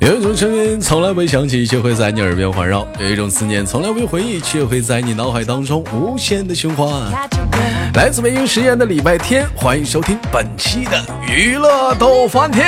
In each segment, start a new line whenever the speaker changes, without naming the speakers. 有一种声音从来不会响起，却会在你耳边环绕；有一种思念从来不会回忆，却会在你脑海当中无限的循环。来自北京时间的礼拜天，欢迎收听本期的娱乐逗翻天。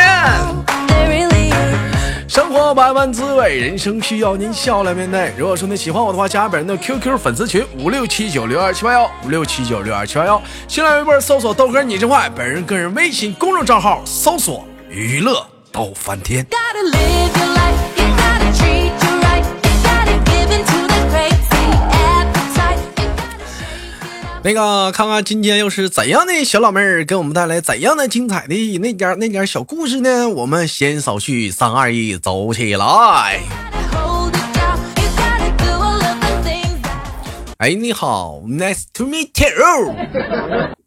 生活百般滋味，人生需要您笑来面对。如果说你喜欢我的话，加本人的 QQ 粉丝群五六七九六二七八幺五六七九六二七八幺，新浪微博搜索豆哥你真坏，本人个人微信公众账号搜索娱乐逗翻天。
Gotta live your life, you gotta treat you right, you gotta give in to the crazy appetite, you gotta shake it up.
那个，看看今天又是怎样的小老妹儿给我们带来怎样的精彩的那点儿那点儿小故事呢？我们先扫去三二一，走起来！
Gotta hold it down, you gotta do all of the things that
哎，你好，Nice to meet you。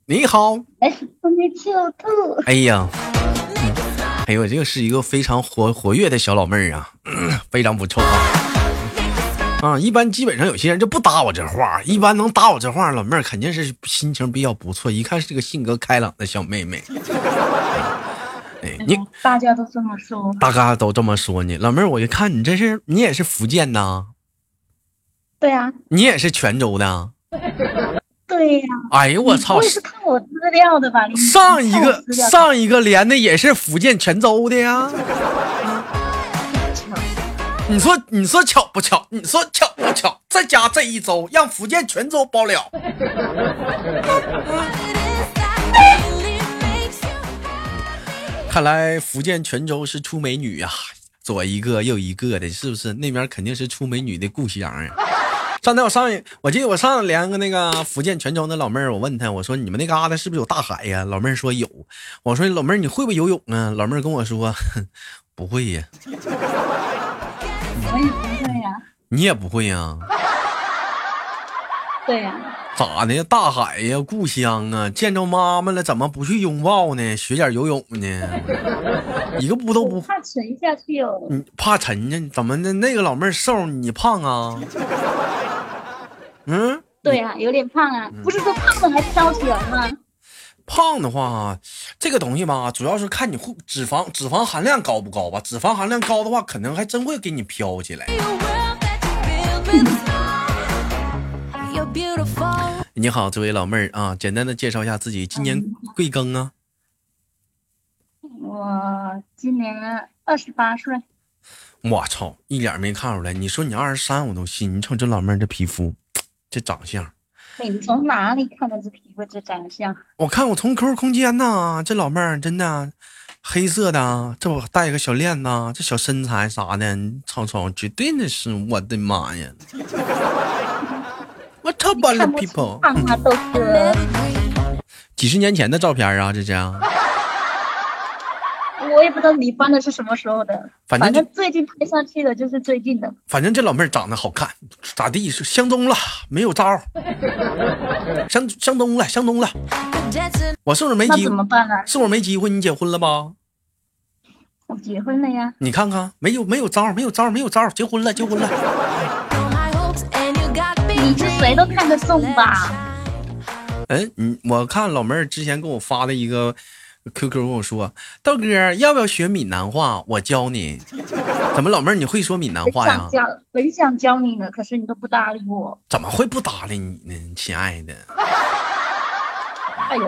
你好，
哎，后面气了吐。
哎呀，哎呦，这个是一个非常活活跃的小老妹儿啊、 嗯非常不错啊。啊，一般基本上有些人就不搭我这话，一般能搭我这话，老妹儿肯定是心情比较不错，一看是个性格开朗的小妹妹。哎，你
大家都这么说，
大家都这么说呢。老妹儿，我一看你这是你也是福建呐，
对呀、啊，
你也是泉州的。啊
对呀、
哎呦我
你不
操
会！是看嗯我资料的吧？你
上一
看我
个
资料
上一个连的也是福建泉州的呀。你说你说巧不巧？你说巧不巧？再加这一周，让福建泉州包了。
it is that really makes you happy.
看来福建泉州是出美女呀、左一个右一个的，是不是？那边肯定是出美女的故乡呀。上次我上一，我记得我上次连个那个福建泉州那老妹儿，我问她，我说你们那旮瘩是不是有大海呀？老妹儿说有。我说老妹儿你会不会游泳啊？老妹儿跟我说 哼不会呀，
我也不会呀、
你也不会呀？
对呀、
咋的？大海呀，故乡啊，见着妈妈了，怎么不去拥抱呢？学点游泳呢？ 一个不都不
我怕沉下去有。
你怕沉呢？怎么的？那个老妹儿瘦，你胖啊？ 嗯，
对呀、有点胖啊，不是说胖了还挑选吗？
胖的话，这个东西吧，主要是看你会脂肪脂肪含量高不高吧。脂肪含量高的话，可能还真会给你飘起来。
Your world that you build inside. You're beautiful.
你好，这位老妹儿啊，简单的介绍一下自己，今年贵庚啊？
我今年二十八岁，
我操，一点没看出来。你说你二十三，我都信。你瞅这老妹儿这皮肤，这长相，
你从哪里看到这皮肤这长相？
我看我从 QQ 空间呐，这老妹儿真的黑色的啊，这我带个小链子啊，这小身材啥的，你瞅瞅，绝对那是我的妈呀！我操，巴了嗯
看不出
people，
胖啊，豆哥。
几十年前的照片啊，这是啊
我也不知道你翻的是什么时候的，
反
反
正就
最近拍上去的就是最近的。
反正这老妹儿长得好看，咋地是相中了，没有招儿，相相中了，相中了，
Dancing
我是不是没
那
机
怎么办呢、啊
是不是没机会？你结婚了吧？
我结婚了呀，
你看看，没有没有招儿，没有招儿，没有招儿，结婚了，结婚了。
on high hopes, and you got me
你是谁都看得中
dreaming.
吧？
嗯，你我看老妹儿之前给我发的一个 QQ 跟我说，豆哥要不要学闽南话？我教你。 怎么老妹儿你会说闽南
很
话呀
想？教，很想教你呢，可是你都不搭理我。
怎么会不搭理你呢，亲爱的？
哎呦，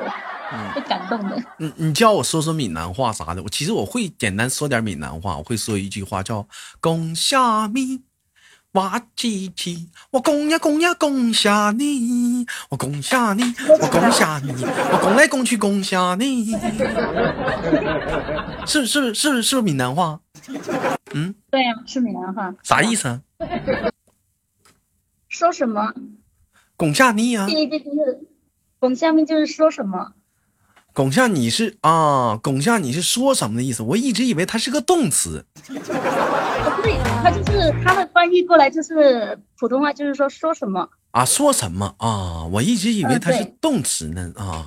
嗯
被感动的。
你你教我说说闽南话啥的，我其实我会简单说点闽南话，我会说一句话叫“恭下你，哇唧唧”，我恭呀恭呀恭下你，我恭下你，我恭下你，我拱来拱去恭下你， 是不是不是是不是是不是闽南话？
对啊呀、是闽南话。
啥意思啊？
说什么？
嗯拱下你呀、
第一句就是，我们下面就是说什么？
拱下你是啊，拱下你是说什么的意思？我一直以为它是个动词。
哦不对，它就是它的翻译过来就是普通话，就是说说什么？
啊，说什么啊？我一直以为
嗯
它是
对
动词呢啊。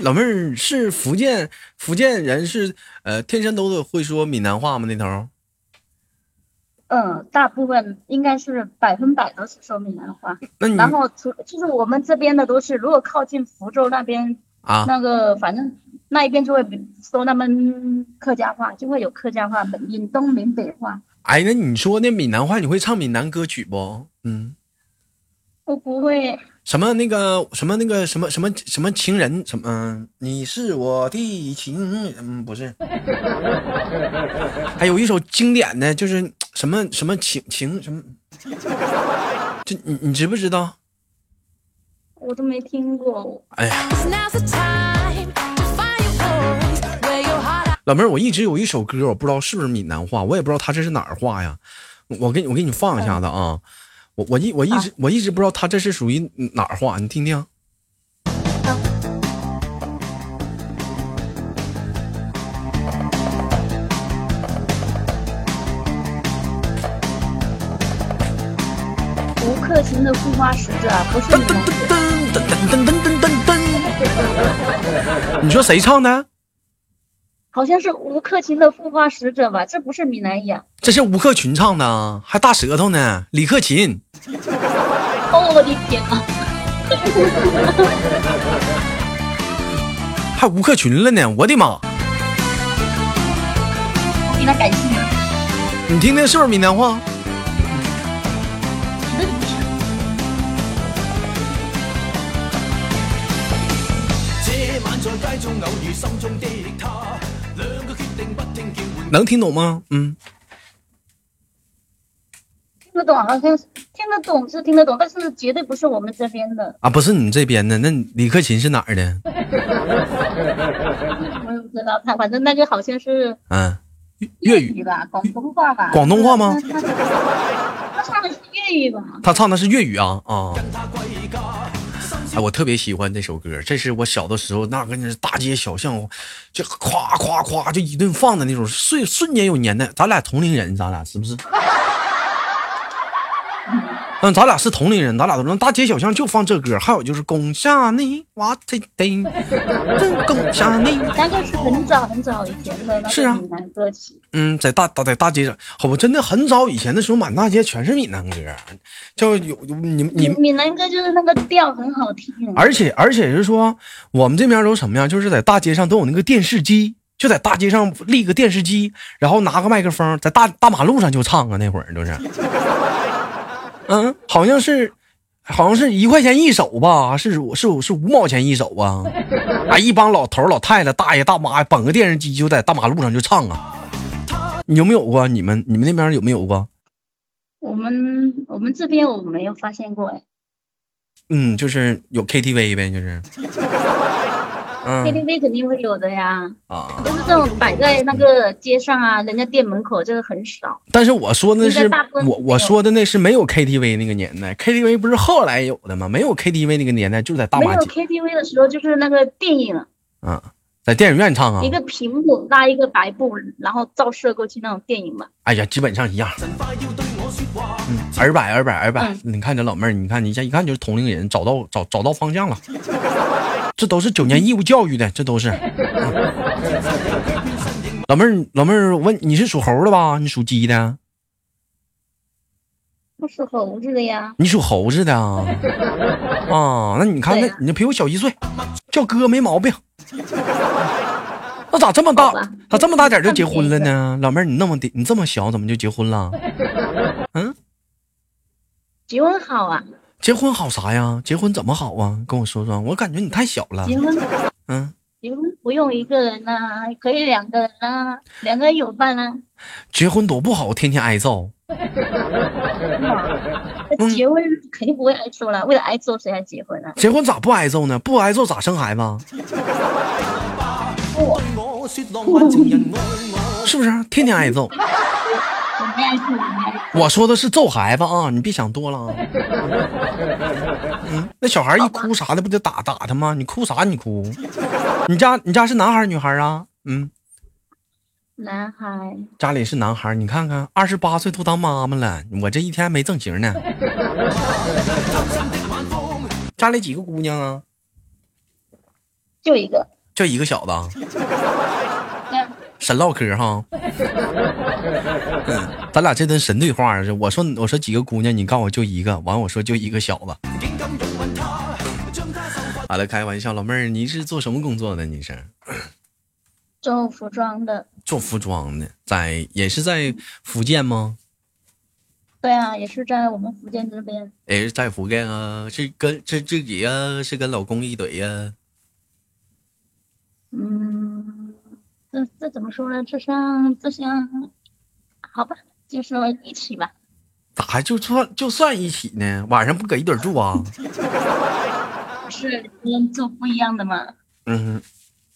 老妹儿是福建福建人是，呃天生都得会说闽南话吗？那头儿
嗯，大部分应该是百分百都是说闽南话。
那你
然后除就是我们这边的都是，如果靠近福州那边
啊
那个，反正那一边就会说他们客家话，就会有客家话、闽闽东、闽北话。
哎，那你说那闽南话你会唱闽南歌曲不？嗯，
我不会，
什么那个什么那个什么什么什么情人什么？嗯你是我的情人，嗯，不是。 还有一首经典的就是什么什么情情什么，这你你知不知道？
我都没听过。
哎呀，
Now's the time to find your voice, where your heart
老妹儿，我一直有一首歌，我不知道是不是闽南话，我也不知道它这是哪儿话呀。我给你我给你放一下子啊，我我一我一直、我一直不知道它这是属于哪儿话，你听啊听。
吴克勤的《护花使者》啊不是
噔
你
噔噔噔噔噔
们
噔噔噔噔噔。你说谁唱的？
好像是吴克勤的《护花使者》吧？这不是闽南语啊！
这是吴克群唱的啊，还大舌头呢。李克勤，
哦，我的天啊！
还吴克群了呢。我的妈！
我给他改姓。
你听听是不是闽南话？能听懂吗？嗯，
听得懂，啊好像是听得懂是听得懂，但是绝对不是我们这边的，
啊，不是你这边的，那李克勤是哪儿的？
我也不知道他，反正那个好像是
嗯，粤语。
吧，广东话吧，
广东话吗
他？ 他唱的是粤语吧？
他唱的是粤语啊啊！哎，我特别喜欢这首歌，这是我小的时候那跟着大街小巷，就夸夸夸就一顿放的那种，瞬瞬间有年代。咱俩同龄人，咱俩是不是？ 嗯，咱俩是同龄人，咱俩都能大街小巷就放这歌。还有就是攻下你，哇这得，真攻下你。
那个是很早很早以前的那
是啊
个闽南歌曲，
嗯，在大大在大街上，好吧，真的很早以前的时候，满大街全是闽南歌，就有有你们你们。
闽南歌就是那个调很好听，啊
而且而且是说，我们这边都什么呀？就是在大街上都有那个电视机，就在大街上立个电视机，然后拿个麦克风，在大大马路上就唱啊。那会儿就是， 嗯，好像是，好像是一块钱一首吧，是是是五毛钱一首啊。啊，一帮老头儿老太太、大爷大妈捧个电视机就在大马路上就唱啊。你有没有过？你们你们那边有没有过？
我们我们这边我没有发现过哎、
嗯，就是有 KTV 呗，就是，
k
嗯
t v 肯定会有的呀，
啊。
就是这种摆在那个街上啊，人家店门口这个很少，
但是我说的
应该
是
大部分
我
没
我
有
说的那是没有 KTV 那个年代，KTV 不是后来有的吗？没有 KTV 那个年代，就是在大
没
马
有
街，
KTV 的时候就是那个电影。
嗯，在电影院唱啊
一。个屏幕拉一个白布，然后照射过去那种电影嘛。
哎呀，基本上一样。嗯，二百二百二百，
嗯
你看这老妹儿，你看你一下一看就是同龄人，找到找找到方向了。这都是九年义务教育的，这 都是。嗯老妹儿，老妹儿，我问你是属猴的吧？你属鸡的？
不是猴子的呀，
你属猴子的啊？啊，那你看，
对
那
呀
你比我小一岁，叫哥没毛病。那咋这么
好
大
吧？
咋这么大点就结婚了呢？老妹儿，你那么的，你这么小怎么就结婚了？
结婚好啊，
结婚好啥呀？结婚怎么好啊？跟我说说，我感觉你太小了。
结婚
嗯，
结婚不用一个人啦、可以两个人啦、两个人有伴啊啦、
嗯结婚多不好，天天挨揍。嗯
结婚肯定不会挨揍啦，为了挨揍谁还结婚啊？
结婚咋不挨揍呢？不挨揍咋生孩子？啊 是不是？天天挨揍。
我没挨揍，我没挨
我说的是揍孩子啊，你别想多了啊。嗯，那小孩一哭啥的，不得打打他吗？你哭啥？你哭？你家你家是男孩儿女孩儿啊？嗯，
揍。男孩，
家里是男孩儿，你看看，二十八岁都当妈妈了，我这一天还没正形呢。家里几个姑娘啊？
就一个，
就一个小子啊，
嗯，
神唠嗑哈。嗯，咱俩这顿神对话是，我说我说几个姑娘，你告诉我就一个，完我说就一个小子。好了，开玩笑，老妹儿，你是做什么工作的？你是
做服装的。
做服装的，在也是在福建吗？
对啊，也是在我们福建这边。
也是在福建啊？是跟是自己呀、是跟老公一啊怼呀、
嗯，这这怎么说呢？这像这像，好吧，就说一起吧。
咋还就算就算一起呢？晚上不搁一堆儿住啊？
不是跟做不一样的嘛？
嗯，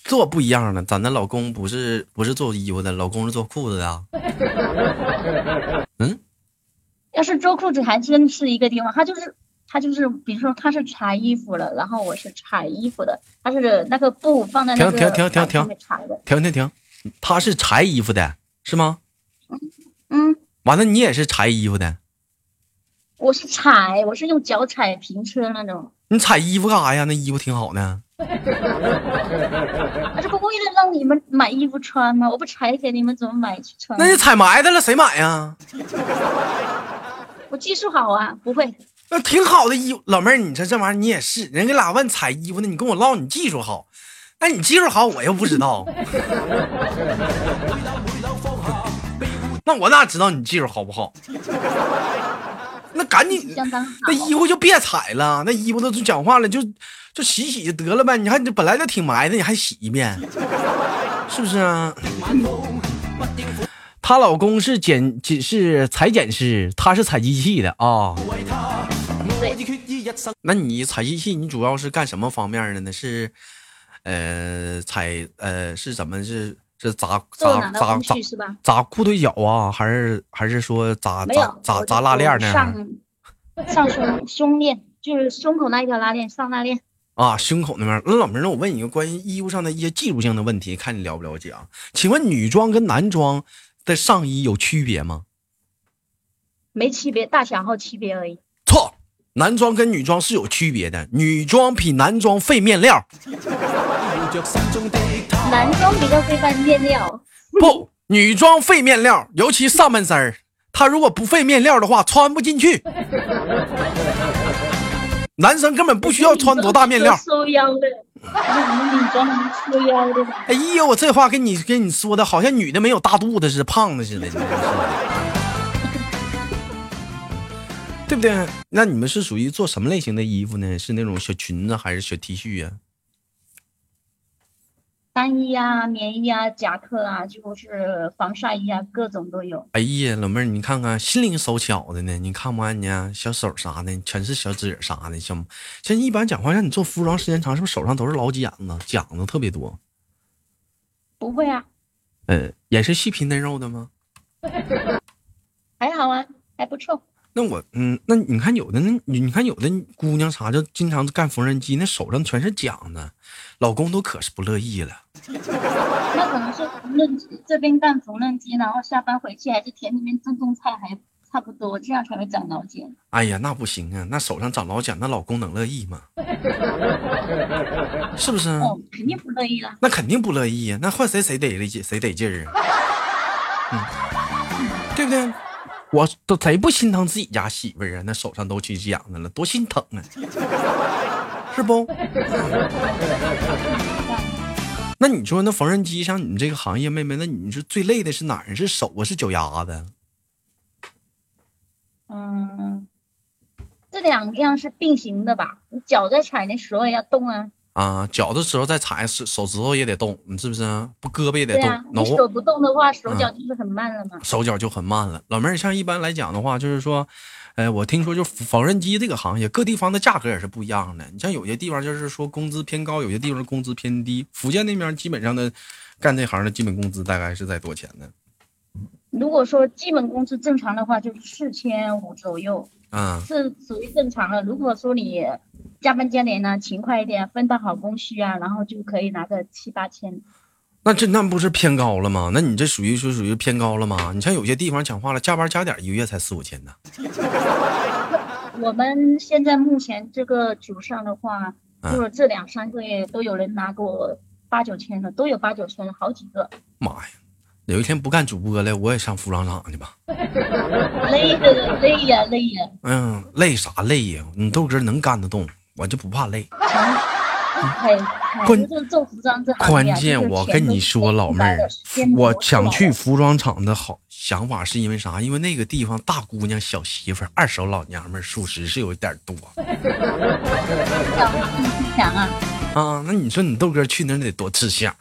做不一样的，咱的老公不是不是做衣服的，老公是做裤子的啊。嗯，
要是做裤子还真是一个地方，他就是他就是，比如说他是裁衣服了，然后我是踩衣服的，他是那个布放在那个
停停停停
板上
停
面裁的。
停停停，他是裁衣服的，是吗？
嗯，
完了，你也是裁衣服的，
我是踩，我是用脚踩平车那种，
你裁衣服干啥呀？那衣服挺好呢。
啊这不为了让你们买衣服穿吗？我不裁给你们怎么买去穿？
那就踩埋汰了，谁买呀？
我技术好啊，不会。
那挺好的衣服，老妹儿，你这这玩意儿你也是，人家俩问踩衣服呢，你跟我唠你技术好，那你技术好我又不知道， 那我哪知道你技术好不好？那赶紧，
相当好
那衣服就别踩了，那衣服都讲话了，就就洗洗就得了呗，你还本来就挺埋汰，你还洗一遍，是不是啊？她老公是剪剪是裁剪师，她是采机器的啊。那你采机器，你主要是干什么方面的呢？是，呃，采呃是怎么是是砸
做
砸
哪的
砸
工
砸
序是吧？
砸裤腿脚啊？还是还是说砸
没有
砸，啊砸
我
砸
就
拉链呢？
上 上胸胸链，就是胸口那一条拉链，上拉链。
啊，胸口那边儿。那老妹儿，那我问你个关于衣服上的一些技术性的问题，看你了不了解啊？请问女装跟男装的上衣有区别吗？
没区别，大小号区别而已。
错，男装跟女装是有区别的，女装比男装费面料。
男装比较会翻面料，
不，女装费面料，尤其上半身儿，她如果不费面料的话，穿不进去。男生根本不需要穿多大面料。
收腰的， 我们女装能收腰的吧？
哎呀，我这话跟你跟你说的，好像女的没有大肚子似的，胖子似的，对不对？那你们是属于做什么类型的衣服呢？是那种小裙子还是小 T 恤啊呀、
单衣啊、棉衣啊、夹克啊，就是防晒衣啊，各种都有。
哎呀，老妹儿，你看看心灵手巧的呢，你看不看见小手啥的，全是小指甲啥的，像像一般讲话，让你做服装时间长，是不是手上都是老茧子，茧子特别多？
不会啊，
嗯，也是细皮嫩肉的吗？
还好啊，还不错。
那我嗯，那你看有的那你你看有的姑娘啥就经常干缝纫机，那手上全是茧子，老公都可是不乐意了。
那可能是缝纫机这边干缝纫机，然后下班回去还是田里面种种菜，还差不多，这样才会长老茧。
哎呀，那不行啊，那手上长老茧，那老公能乐意吗？ 是不是啊？
哦，肯定不乐意啦。
那肯定不乐意呀，那换谁谁得力劲谁得劲儿 啊？嗯，对不对？我都谁不心疼自己家媳妇儿啊？那手上都起茧子了，多心疼 啊！是不？那你说，那缝纫机像你这个行业，妹妹，那你是最累的是哪儿？是手啊，是脚丫子？
嗯，这两样是并行的吧？你脚在踩，你手也要动啊。
啊，脚的时候再踩，手手指头也得动，你是不是啊？不，胳膊也得
对
动
啊，，
脑
你手不动的话，手
嗯
脚就是很慢了嘛。
手脚就很慢了。老妹儿，像一般来讲的话，就是说，呃，我听说就是缝纫机这个行业，各地方的价格也是不一样的。你像有些地方就是说工资偏高，有些地方工资偏低。福建那边基本上的干这行的基本工资大概是在多少钱呢？
如果说基本工资正常的话，就是四千五左右，
啊、
是属于正常了。如果说你加班加点呢、啊勤快一点，分到好工序啊，然后就可以拿个七八千。
那这那不是偏高了吗？那你这属于是属于偏高了吗？你像有些地方讲话了，加班加点一个月才四五千呢。
我们现在目前这个组上的话，
嗯
就是这两三个月都有人拿过八九千的，都有八九千的，好几个，
妈呀！有一天不干主播了，我也上服装厂去吧。
累的累呀累呀。
嗯，累啥累呀？你豆哥能干得动，我就不怕累。
很很就是做服装这行
关
业啊，
键
就是
我
钱
跟
都
你
是
说，
一
老妹
般
儿
的时间，
我
都是
想
老
去
的
服装厂的好想法是因为啥？因为那个地方大姑娘、小媳妇儿、二手老娘们儿，属实是有点多
想想啊，
啊。那你说你豆哥去那儿得多吃香，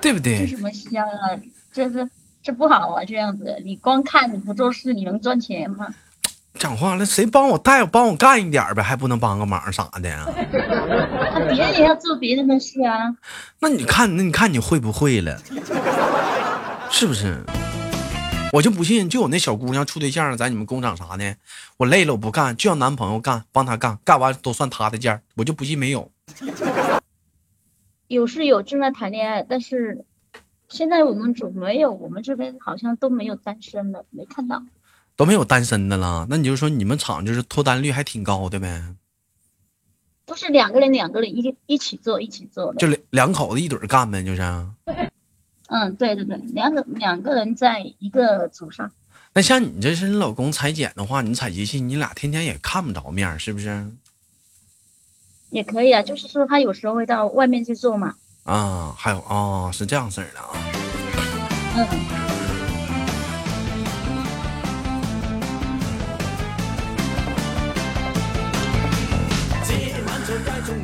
对不
这
对？
什么香啊？这是这不好啊！这样子，你光看你不做事，你能赚钱吗？
讲话了，谁帮我带，帮我干一点儿呗，还不能帮个忙啥的、
那别人也要做别人的事啊。
那你看，那你看你会不会了？是不是？我就不信，就有那小姑娘处对象，在你们工厂啥的，我累了我不干，就让男朋友干，帮她干，干完都算她的件儿我就不信没有。
有是有正在谈恋爱，但是现在我们组没有，我们这边好像都没有单身的，没看到。
都没有单身的了，那你就说你们厂就是脱单率还挺高的呗，
都是两个人两个人一一起做一起做的。
就两两口子一对儿干呗，就是。
嗯，对对对，两个两个人在一个组上。
那像你这是你老公裁剪的话，你采集器，你俩天天也看不着面儿，是不是？
也可以啊，就是说他有时候会到外面去做嘛。
啊，还有啊、是这样式儿的啊。
嗯，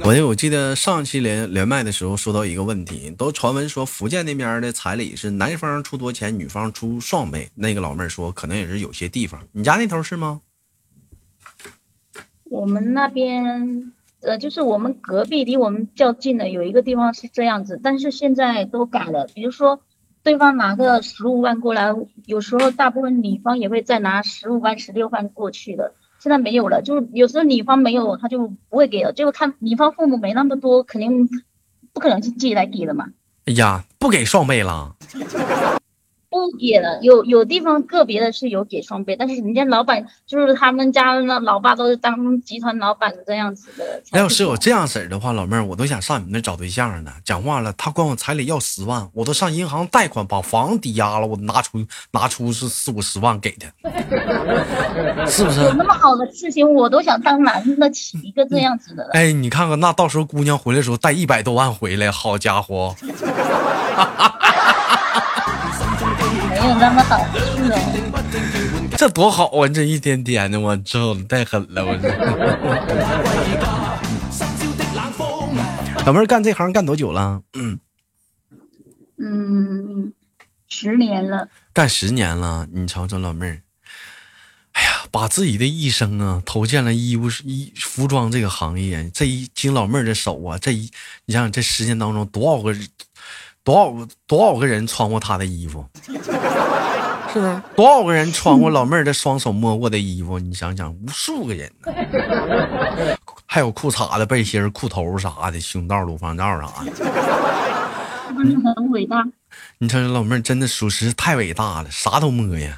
我我记得上期连连麦的时候说到一个问题，都传闻说福建那边的彩礼是男方出多钱，女方出双倍。那个老妹儿说，可能也是有些地方，你家那头是吗？
我们那边呃，就是我们隔壁离我们较近的有一个地方是这样子，但是现在都改了。比如说，对方拿个十五万过来，有时候大部分女方也会再拿十五万、十六万过去的。现在没有了，就是有时候女方没有，他就不会给了。就看女方父母没那么多，肯定不可能是自己来给的嘛。
哎呀，不给双倍了，
不给了，有有地方个别的是有给双倍，但是人家老板就是他们家那老爸都是当集团老板这样子的。才
那要
会
是有
给
这样式儿的话，老妹儿我都想上你们那找对象呢。讲话了，他管我彩礼要十万，我都上银行贷款把房子抵押了，我拿出拿出是四五十万给他， 是不是？
有那么好的事情，我都想当男的起一个这样子的了。
哎，你看看那到时候姑娘回来的时候带一百多万回来，好家伙！
没有那么好事哦。
这多好啊！这一天天的，我操，太狠了！我这 老妹儿干这行干多久了？
嗯，十年了，
干十年了。你瞅瞅老妹儿，哎呀，把自己的一生啊投进了衣物衣服装这个行业。这一经老妹儿的手啊，这一你想想这十年当中多少个人多少个多少个人穿过她的衣服，是不是？多少个人穿过老妹儿的双手摸过的衣服？你想想，无数个人呢、 还有裤衩子、背心儿、裤头啥的，胸罩、乳房罩啥的。
是不是很伟大？
你瞅这老妹儿真的属实太伟大了，啥都摸呀，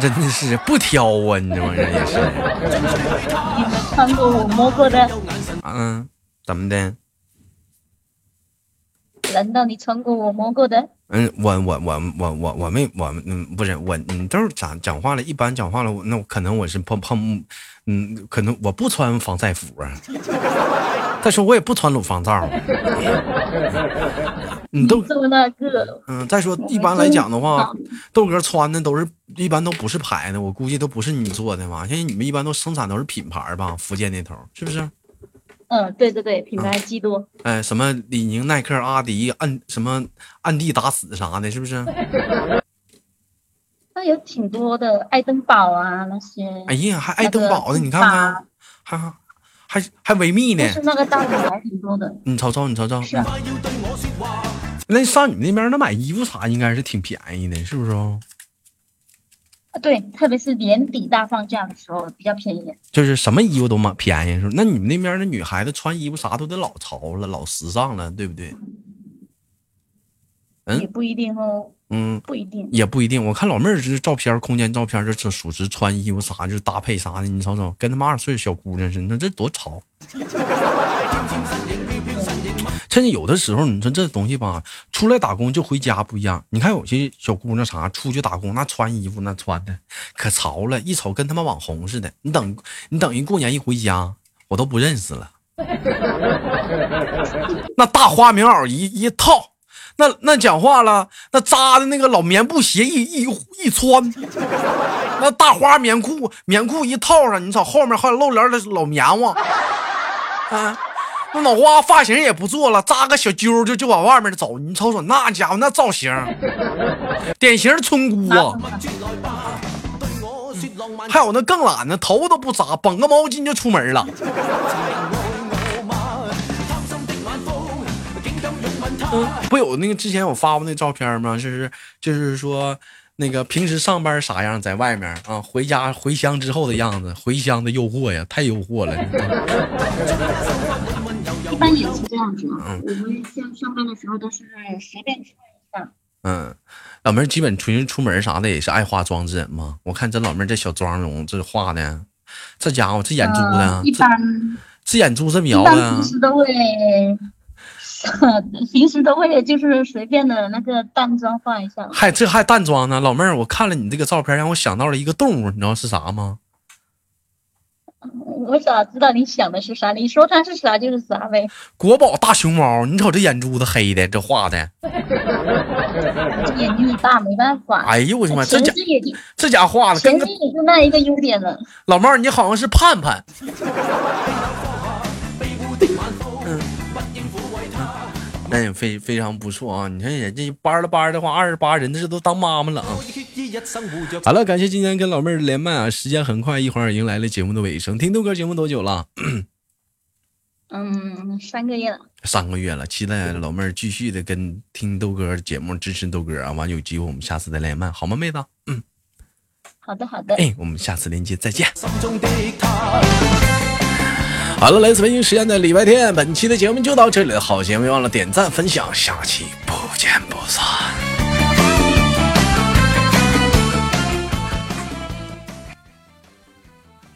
真的是不挑啊！你这玩意儿也是，
你们穿过我摸过的，
嗯，怎么的？
难道你穿过我摸过的？
嗯，我我我我我我没我嗯不是我你都是讲讲话了，一般讲话了，我那我可能我是碰碰，嗯，可能我不穿防晒服啊。再说我也不穿乳防罩啊， 你都
这么那个，啊
嗯，再说一般来讲的话，豆哥穿的都是一般都不是牌子，我估计都不是你做的吧？现在你们一般都生产都是品牌吧？福建那头是不是？
嗯，对对对，品牌基多，
哎，什么李宁、耐克、阿迪、暗什么暗地打死啥的，是不是？
那有挺多的，爱登堡啊那些。
哎呀，还爱登堡的，你看
那个
看，还还还维密呢
就。是那个大品牌挺多的，
你瞅瞅，你瞅瞅，
是啊
那上你们那边儿那买衣服啥应该是挺便宜的，是不是哦？
啊对，特别是年底大放假的时候比较便宜。
就是什么衣服都买便宜，是不是？那你们那边儿的女孩子穿衣服啥都得老潮了，老时尚了，对不对？嗯
也不一定哦，
嗯，
不一定。
也不一定。我看老妹儿这照片儿，空间照片儿，这这属实穿衣服啥就搭配啥的，你瞅瞅，跟他妈二十岁的小姑娘似的，你说这多潮。 甚至有的时候，你说这东西吧，出来打工就回家不一样。你看有些小姑娘啥出去打工，那穿衣服那穿的可潮了，一瞅跟他妈网红似的。你等你等一过年一回家，我都不认识了。 那大花棉袄一一套，那那讲话了，那扎的那个老棉布鞋一一一穿，那大花棉裤棉裤一套上，你瞅后面还露脸的老棉花，啊，那脑瓜发型也不做了，扎个小揪就就往外面走，你瞅瞅那家伙那造型，典型村姑啊。还有那更懒的，头发都不扎，绑个毛巾就出门了。不有那个之前我发过那照片吗？就是就是说，那个平时上班啥样，在外面啊，回家回乡之后的样子，回乡的诱惑呀，太诱惑了。
一般也是这样子
嗯
嘛。我们像上班的时候都是随便穿一下，
嗯，老妹儿基本出去出门啥的也是爱化妆之人嘛。我看这老妹儿这小妆容这化的，这家伙这眼珠子啊
呃，一
这
般
这眼珠这么
一
摇的
般
啊
平，时都会， 平时都会就是随便的那个淡妆化一下。
还这还淡妆呢。老妹儿，我看了你这个照片，让我想到了一个动物，你知道是啥吗？
我咋知道你想的是啥？你说它是啥就是啥呗。
国宝大熊猫，你瞅这眼珠子黑的，这画的，
这眼睛一大没办法，
哎呦我的妈，这
前
家
世也就
这家伙画的跟
前
个
世也就那一个优点了。
老妹儿，你好像是盼盼。嗯嗯那也非非常不错啊！你看人家班儿了班儿的话，二十八人这都当妈妈了啊！好了，感谢今天跟老妹儿连麦啊，时间很快，一会儿迎来了节目的尾声。听豆哥节目多久了？
嗯，三个月了，
三个月了，期待老妹儿继续的跟听豆哥节目，支持豆哥啊！完有机会我们下次再连麦，好吗，妹子？
好的好的，
哎，我们下次连接再见。好了，来自北京时间的礼拜天，本期的节目就到这里了。好节目别忘了点赞分享，下期不见不散。